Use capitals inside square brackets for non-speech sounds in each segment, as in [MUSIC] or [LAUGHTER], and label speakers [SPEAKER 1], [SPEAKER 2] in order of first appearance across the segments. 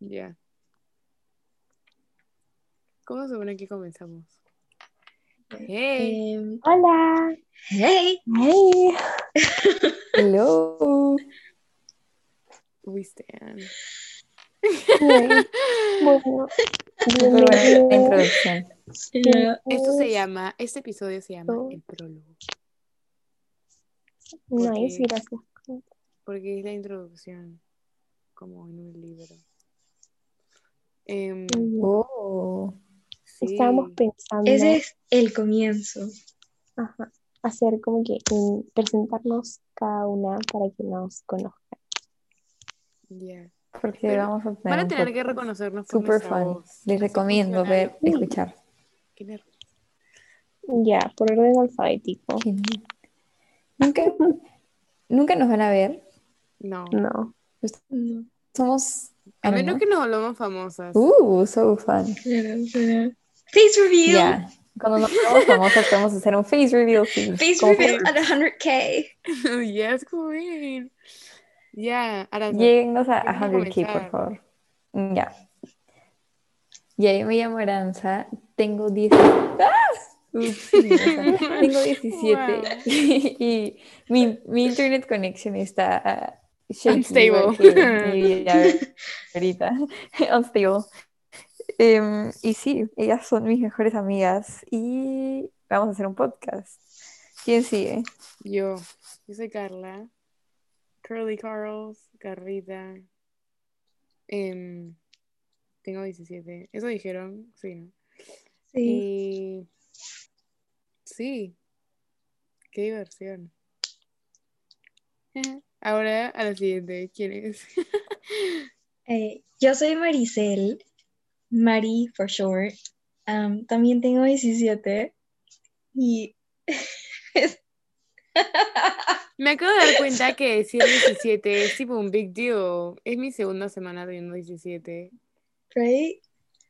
[SPEAKER 1] Ya. ¿Cómo se supone que comenzamos? Hey,
[SPEAKER 2] Em,
[SPEAKER 3] Hola.
[SPEAKER 2] hey,
[SPEAKER 3] Hey. Hello.
[SPEAKER 1] we stand.
[SPEAKER 3] Bueno,
[SPEAKER 4] Súper buena
[SPEAKER 3] bienvenidos.
[SPEAKER 4] introducción.
[SPEAKER 2] este,
[SPEAKER 1] Esto se llama, este episodio se llama
[SPEAKER 3] Oh.
[SPEAKER 1] El Prólogo,
[SPEAKER 3] Nice, gracias.
[SPEAKER 1] porque es la introducción, como en un libro. Em,
[SPEAKER 4] Oh,
[SPEAKER 1] sí,
[SPEAKER 3] Estábamos pensando
[SPEAKER 2] ese es el comienzo.
[SPEAKER 3] ajá, hacer como que mm, presentarnos cada una para que nos conozcan.
[SPEAKER 1] ya.
[SPEAKER 4] porque
[SPEAKER 1] Pero
[SPEAKER 4] vamos a tener.
[SPEAKER 1] Van a
[SPEAKER 4] un
[SPEAKER 1] tener
[SPEAKER 4] podcast
[SPEAKER 1] que reconocernos por
[SPEAKER 4] Super
[SPEAKER 1] nuestra
[SPEAKER 4] fun.
[SPEAKER 1] voz.
[SPEAKER 4] Les recomiendo ver, escuchar.
[SPEAKER 1] Qué ner-
[SPEAKER 3] Ya, por orden alfabético.
[SPEAKER 4] Genial. Nunca, nunca nos van a ver.
[SPEAKER 1] No,
[SPEAKER 3] No.
[SPEAKER 2] No,
[SPEAKER 4] Somos.
[SPEAKER 1] a menos
[SPEAKER 4] anónimos.
[SPEAKER 1] que nos volvamos famosas. [LAUGHS]
[SPEAKER 4] Uh, so fun.
[SPEAKER 2] claro, claro. Face reveal.
[SPEAKER 4] Ya. Cuando nos hagamos famosos, podemos hacer un face reveal. sí.
[SPEAKER 2] Face
[SPEAKER 4] Como
[SPEAKER 2] reveal at 100k.
[SPEAKER 1] yes, queen. Ya,
[SPEAKER 4] que
[SPEAKER 1] Aranza.
[SPEAKER 4] Lléguennos a, a
[SPEAKER 1] Vamos a
[SPEAKER 4] 100k,
[SPEAKER 1] comenzar.
[SPEAKER 4] por favor. Ya. Ya, yo me llamo Aranza. Tengo 10. ¡Ah! Ups, sí, o sea,
[SPEAKER 1] [LAUGHS]
[SPEAKER 4] Tengo 17
[SPEAKER 1] Wow.
[SPEAKER 4] [LAUGHS] y mi, mi internet connection está uh, shaky, igual
[SPEAKER 1] Unstable.
[SPEAKER 4] que mi vida
[SPEAKER 1] [LAUGHS]
[SPEAKER 4] ahorita. [LAUGHS] Unstable. Em, y sí, ellas son mis mejores amigas y vamos a hacer un podcast. ¿Quién sigue?
[SPEAKER 1] Yo, yo soy Carla. Curly Carls, Carrita. Em, tengo 17. Eso dijeron, sí, ¿no?
[SPEAKER 2] Sí.
[SPEAKER 1] Y. Sí. Qué diversión. [LAUGHS] Ahora a la siguiente. ¿Quién es? [LAUGHS]
[SPEAKER 2] Eh, yo soy Maricel. Mari, for short. Um, también tengo 17. Y.
[SPEAKER 1] Me acabo de dar cuenta que decir 17 es tipo un big deal. Es mi segunda semana teniendo 17.
[SPEAKER 2] Right?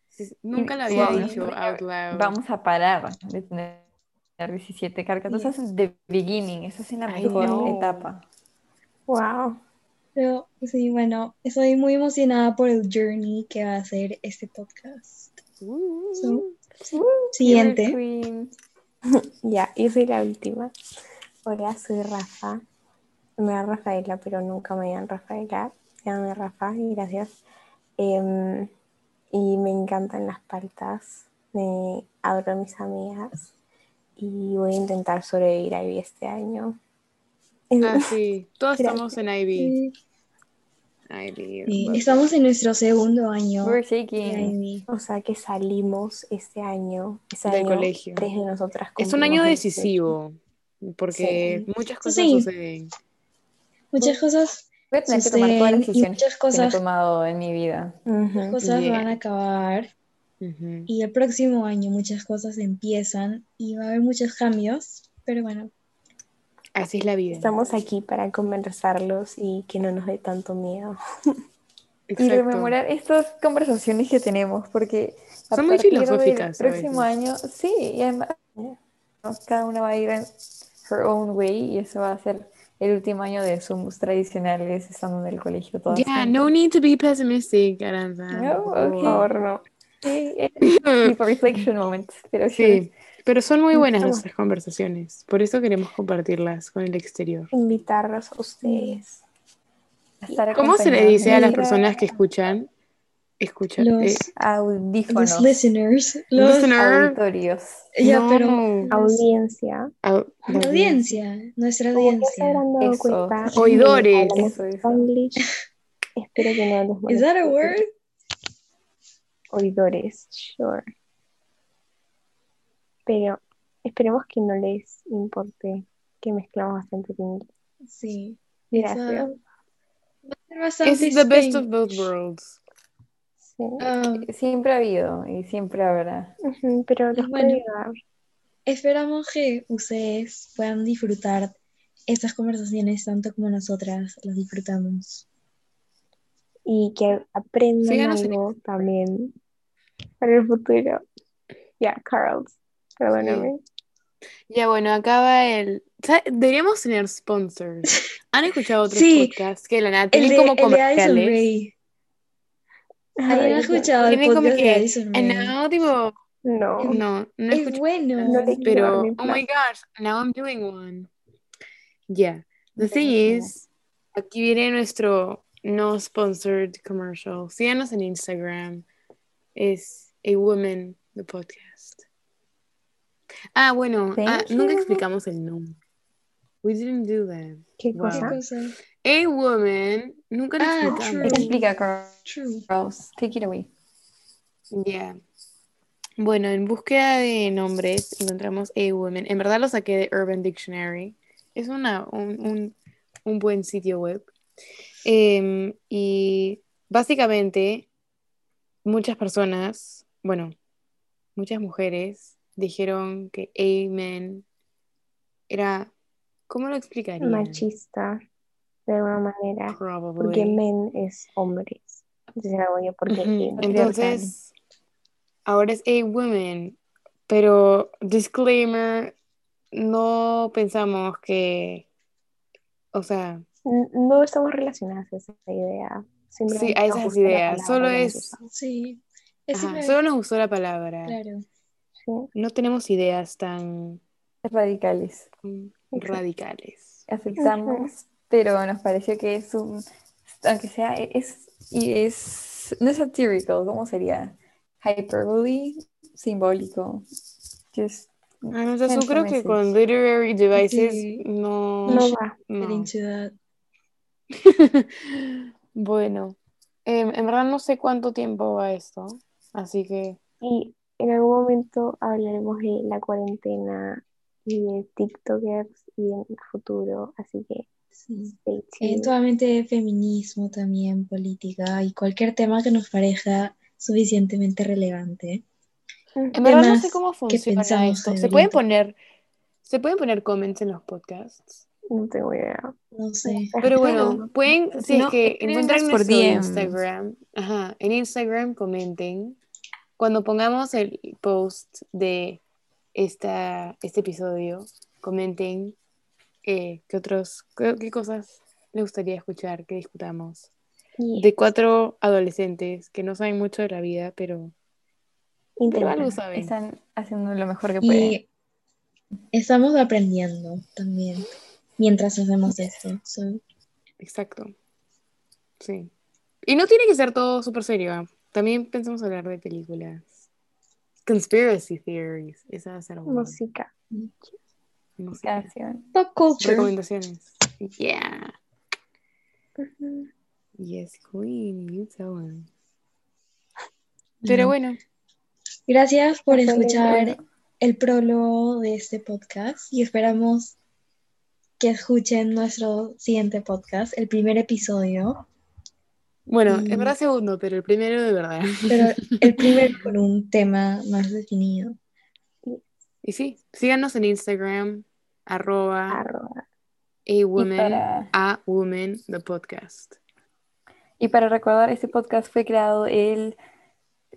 [SPEAKER 1] Sí, Nunca lo había
[SPEAKER 4] Wow.
[SPEAKER 1] dicho out loud.
[SPEAKER 4] Vamos a parar de tener 17 cargas. Tú
[SPEAKER 2] Sí.
[SPEAKER 4] estás en the beginning, estás en la
[SPEAKER 1] Ay,
[SPEAKER 4] mejor
[SPEAKER 1] no.
[SPEAKER 4] etapa.
[SPEAKER 3] Wow.
[SPEAKER 2] Pero sí, bueno, estoy muy emocionada por el journey que va a ser este podcast.
[SPEAKER 1] Uh,
[SPEAKER 2] So-
[SPEAKER 4] You're
[SPEAKER 2] Siguiente.
[SPEAKER 4] queen.
[SPEAKER 3] Ya, yo soy la última. Hola, soy Rafa. Me llaman Rafaela, pero nunca me llaman Rafaela. Llámame Rafa y gracias. Em, y me encantan las paltas. Me adoro a mis amigas. Y voy a intentar sobrevivir a IB este año. [LAUGHS]
[SPEAKER 1] Ah, sí. Todos
[SPEAKER 3] Gracias.
[SPEAKER 1] estamos en IB.
[SPEAKER 2] Sí,
[SPEAKER 1] IB.
[SPEAKER 2] Estamos en nuestro segundo año.
[SPEAKER 4] We're
[SPEAKER 2] de
[SPEAKER 4] shaking.
[SPEAKER 2] IB.
[SPEAKER 3] O sea que salimos este año. Este
[SPEAKER 1] Del
[SPEAKER 3] año,
[SPEAKER 1] colegio.
[SPEAKER 3] Tres de nosotras.
[SPEAKER 1] Es un año
[SPEAKER 3] cumplimos 18.
[SPEAKER 1] decisivo. Porque muchas cosas
[SPEAKER 2] Sí.
[SPEAKER 1] suceden.
[SPEAKER 2] Muchas cosas
[SPEAKER 4] Voy a tener que tomar todas las
[SPEAKER 2] suceden y
[SPEAKER 4] decisiones
[SPEAKER 2] muchas
[SPEAKER 4] que no he
[SPEAKER 2] cosas,
[SPEAKER 4] tomado en mi vida.
[SPEAKER 3] Ujú.
[SPEAKER 2] cosas
[SPEAKER 1] Yeah.
[SPEAKER 2] van a acabar.
[SPEAKER 1] Ujú.
[SPEAKER 2] Y el próximo año muchas cosas empiezan y va a haber muchos cambios. Pero bueno,
[SPEAKER 1] Así es la vida.
[SPEAKER 3] Estamos aquí para conversarlos y que no nos dé tanto miedo.
[SPEAKER 4] Y
[SPEAKER 1] Exacto.
[SPEAKER 4] rememorar estas conversaciones que tenemos, porque a
[SPEAKER 1] Son muy
[SPEAKER 4] partir del
[SPEAKER 1] filosóficas a
[SPEAKER 4] próximo año, sí, y además cada una va a ir en her own way y eso va a ser el último año de Zooms tradicionales estando en el colegio todas.
[SPEAKER 1] Yeah,
[SPEAKER 4] juntas.
[SPEAKER 1] no need to be pessimistic, Aranza.
[SPEAKER 4] No,
[SPEAKER 1] Por
[SPEAKER 4] ok.
[SPEAKER 1] favor.
[SPEAKER 3] Por favor, no.
[SPEAKER 4] Sí, es tipo reflection moment, pero
[SPEAKER 1] Mm. Sí, pero son muy buenas
[SPEAKER 3] Estamos-
[SPEAKER 1] nuestras conversaciones. Por eso queremos compartirlas con el exterior.
[SPEAKER 3] Invitarlos a ustedes.
[SPEAKER 4] sure, estar
[SPEAKER 1] ¿Cómo se le
[SPEAKER 4] acompañados
[SPEAKER 1] dice a
[SPEAKER 4] de
[SPEAKER 1] las
[SPEAKER 2] Sí.
[SPEAKER 1] personas que escuchan? Escuchan.
[SPEAKER 2] los,
[SPEAKER 1] eh,
[SPEAKER 2] los
[SPEAKER 4] audífonos,
[SPEAKER 2] listeners, los,
[SPEAKER 1] Listener.
[SPEAKER 4] auditorios.
[SPEAKER 2] ya,
[SPEAKER 1] no,
[SPEAKER 2] pero
[SPEAKER 3] Audiencia.
[SPEAKER 1] au-
[SPEAKER 2] la audiencia, nuestra
[SPEAKER 3] Como ya se
[SPEAKER 2] audiencia.
[SPEAKER 3] habrán dado
[SPEAKER 4] Eso.
[SPEAKER 3] cuenta,
[SPEAKER 1] Oidores.
[SPEAKER 3] hablamos
[SPEAKER 4] Eso, eso.
[SPEAKER 3] Spanglish.
[SPEAKER 4] [LAUGHS]
[SPEAKER 3] Espero que no les
[SPEAKER 2] Is that a
[SPEAKER 3] moleste.
[SPEAKER 2] word?
[SPEAKER 3] Oidores, sure. Pero esperemos que no les importe que mezclamos bastante con inglés.
[SPEAKER 2] Sí.
[SPEAKER 3] Gracias.
[SPEAKER 2] Va a ser bastante
[SPEAKER 1] It's the best
[SPEAKER 2] Spain.
[SPEAKER 1] of both worlds.
[SPEAKER 3] Sí.
[SPEAKER 2] Um,
[SPEAKER 4] Siempre ha habido y siempre habrá.
[SPEAKER 3] Ujú, Pero los
[SPEAKER 2] Bueno.
[SPEAKER 3] puede ayudar.
[SPEAKER 2] Esperamos que ustedes puedan disfrutar estas conversaciones tanto como nosotras las disfrutamos.
[SPEAKER 3] y que aprendan
[SPEAKER 1] Síganos en
[SPEAKER 3] algo también para el futuro. Ya, Carl, perdóname.
[SPEAKER 1] Ya bueno, acaba el. ¿Sabe? Deberíamos tener sponsors. ¿Han escuchado otros
[SPEAKER 2] Sí,
[SPEAKER 1] podcasts que de la nada
[SPEAKER 2] El
[SPEAKER 1] tienen
[SPEAKER 2] de,
[SPEAKER 1] como
[SPEAKER 2] el de Addison
[SPEAKER 1] comerciales?
[SPEAKER 2] Rae.
[SPEAKER 3] [LAUGHS]
[SPEAKER 2] ¿Alguien ha escuchado el
[SPEAKER 1] Tiene como
[SPEAKER 2] podcast de
[SPEAKER 1] que.
[SPEAKER 2] Alison
[SPEAKER 1] And
[SPEAKER 2] Rae?
[SPEAKER 1] now, tipo.
[SPEAKER 3] No.
[SPEAKER 1] No, no
[SPEAKER 2] Es
[SPEAKER 1] escuché.
[SPEAKER 2] bueno.
[SPEAKER 3] No le-
[SPEAKER 1] Pero,
[SPEAKER 3] Warning
[SPEAKER 1] oh my gosh, now I'm doing one. Yeah. The thing
[SPEAKER 4] Buenísimo.
[SPEAKER 1] is, aquí viene nuestro no sponsored commercial. Síganos en Instagram. Es A Woman, the podcast. Ah, bueno,
[SPEAKER 4] Thank
[SPEAKER 1] ah, nunca
[SPEAKER 4] you.
[SPEAKER 1] explicamos el nombre. We didn't do that.
[SPEAKER 3] ¿Qué
[SPEAKER 1] Wow.
[SPEAKER 2] ¿Qué
[SPEAKER 3] cosa?
[SPEAKER 2] cosa?
[SPEAKER 1] A Woman, nunca lo
[SPEAKER 2] Ah,
[SPEAKER 1] explicamos.
[SPEAKER 2] true.
[SPEAKER 4] Explica, girl-
[SPEAKER 2] True.
[SPEAKER 4] girls. Take it away.
[SPEAKER 1] Yeah. Bueno, en búsqueda de nombres encontramos A Woman. En verdad lo saqué de Urban Dictionary. Es una, un, un- un buen sitio web. Em, y básicamente, muchas personas, bueno, muchas mujeres dijeron que Amen era. ¿Cómo lo explicaría?
[SPEAKER 3] Machista, de alguna manera. Porque
[SPEAKER 1] Probably.
[SPEAKER 3] men es hombres. Entonces era obvio porque
[SPEAKER 1] Ujú,
[SPEAKER 3] él.
[SPEAKER 1] Entonces, ahora es a women, pero disclaimer, no pensamos que, o sea,
[SPEAKER 3] N- No estamos relacionadas a esa idea. Simplemente
[SPEAKER 1] sí, a
[SPEAKER 3] nos
[SPEAKER 1] esas
[SPEAKER 3] gusta la
[SPEAKER 1] ideas,
[SPEAKER 3] palabra
[SPEAKER 1] solo
[SPEAKER 3] y nos
[SPEAKER 1] es,
[SPEAKER 3] gusta.
[SPEAKER 2] Sí. Es
[SPEAKER 1] ajá,
[SPEAKER 2] simple-
[SPEAKER 1] solo nos gustó la palabra,
[SPEAKER 2] Claro.
[SPEAKER 3] Sí,
[SPEAKER 1] no tenemos ideas tan
[SPEAKER 4] Radicales.
[SPEAKER 1] mm,
[SPEAKER 3] Exacto.
[SPEAKER 1] radicales.
[SPEAKER 4] Aceptamos, pero nos pareció que es un. Aunque sea, e, es. Y es. No es satírico, ¿cómo sería? Hyperbole, simbólico. Just.
[SPEAKER 1] Ah, no, o sea, yo
[SPEAKER 4] Central
[SPEAKER 1] creo que
[SPEAKER 4] message.
[SPEAKER 1] con literary devices
[SPEAKER 2] Sí.
[SPEAKER 1] no,
[SPEAKER 3] No va.
[SPEAKER 1] no.
[SPEAKER 2] Felicidad.
[SPEAKER 1] [LAUGHS] Bueno, em, en verdad no sé cuánto tiempo va esto, así que...
[SPEAKER 3] Y en algún momento hablaremos de la cuarentena y de TikTokers y en el futuro. Así que
[SPEAKER 2] Sí.
[SPEAKER 3] stay tuned.
[SPEAKER 2] Eventualmente feminismo también, política y cualquier tema que nos parezca suficientemente relevante.
[SPEAKER 3] Mm,
[SPEAKER 1] En verdad no
[SPEAKER 2] Temas
[SPEAKER 1] sé cómo
[SPEAKER 2] que
[SPEAKER 1] funciona
[SPEAKER 2] pensamos
[SPEAKER 1] esto.
[SPEAKER 2] de
[SPEAKER 1] ¿Se pueden
[SPEAKER 2] ahorita.
[SPEAKER 1] poner, se pueden poner comments en los podcasts?
[SPEAKER 3] No tengo idea.
[SPEAKER 2] No sé.
[SPEAKER 3] Ah,
[SPEAKER 1] Pero bueno,
[SPEAKER 4] Claro.
[SPEAKER 1] pueden, si
[SPEAKER 4] Si
[SPEAKER 1] es
[SPEAKER 4] no,
[SPEAKER 1] que
[SPEAKER 4] escríbenos
[SPEAKER 1] encuentran
[SPEAKER 4] por
[SPEAKER 1] nuestro
[SPEAKER 4] DM.
[SPEAKER 1] Instagram, ajá, en Instagram comenten. Cuando pongamos el post de esta, este episodio, comenten eh, qué otros, qué, qué cosas les gustaría escuchar que discutamos.
[SPEAKER 3] Y
[SPEAKER 1] De cuatro adolescentes que no saben mucho de la vida, pero, pero
[SPEAKER 3] intentan.
[SPEAKER 1] algo saben.
[SPEAKER 4] Están haciendo lo mejor que pueden.
[SPEAKER 2] Y estamos aprendiendo también mientras hacemos esto. So,
[SPEAKER 1] Exacto. Sí. Y no tiene que ser todo súper serio. ¿ah? También pensamos hablar de películas. Conspiracy theories. Esa va a ser buena.
[SPEAKER 3] Música.
[SPEAKER 1] Música.
[SPEAKER 4] Canción.
[SPEAKER 2] pop culture.
[SPEAKER 1] Recomendaciones. Yeah.
[SPEAKER 3] Ujú.
[SPEAKER 1] Yes, queen. You tell them. Pero bueno.
[SPEAKER 2] Gracias por
[SPEAKER 3] Hasta luego.
[SPEAKER 2] escuchar el prólogo de este podcast y esperamos que escuchen nuestro siguiente podcast, el primer episodio,
[SPEAKER 1] Bueno,
[SPEAKER 2] Mm.
[SPEAKER 1] en verdad segundo, pero el primero de verdad. [LAUGHS]
[SPEAKER 2] pero el primero
[SPEAKER 3] [LAUGHS]
[SPEAKER 2] con un tema más definido.
[SPEAKER 1] Y sí, síganos en Instagram, arroba
[SPEAKER 3] Arroba.
[SPEAKER 1] a
[SPEAKER 4] Y
[SPEAKER 1] woman,
[SPEAKER 4] para,
[SPEAKER 1] a woman, the podcast.
[SPEAKER 4] y para recordar, este podcast fue creado el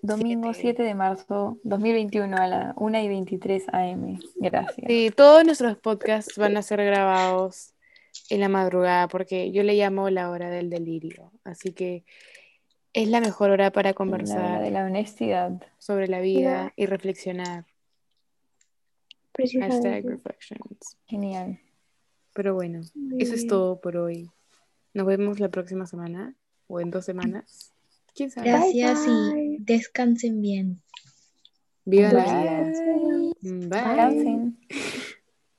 [SPEAKER 4] domingo
[SPEAKER 1] Siete.
[SPEAKER 4] 7 de marzo 2021 a la 1 y 23 AM. Gracias.
[SPEAKER 1] Sí, todos nuestros podcasts van a ser grabados en la madrugada porque yo le llamo la hora del delirio. Así que es la mejor hora para
[SPEAKER 4] La hora
[SPEAKER 1] conversar
[SPEAKER 4] de la honestidad.
[SPEAKER 1] sobre la vida y reflexionar. Hashtag
[SPEAKER 3] Precisamente.
[SPEAKER 1] reflections.
[SPEAKER 4] Genial.
[SPEAKER 1] Pero bueno,
[SPEAKER 3] Muy
[SPEAKER 1] eso es
[SPEAKER 3] bien.
[SPEAKER 1] todo por hoy. Nos vemos la próxima semana o en dos semanas. ¿Quién sabe?
[SPEAKER 2] Gracias
[SPEAKER 3] bye.
[SPEAKER 2] y descansen bien.
[SPEAKER 1] Viva la
[SPEAKER 4] Bye.
[SPEAKER 1] vida. Mm,
[SPEAKER 3] Bye.
[SPEAKER 1] Bye.
[SPEAKER 4] Descansen.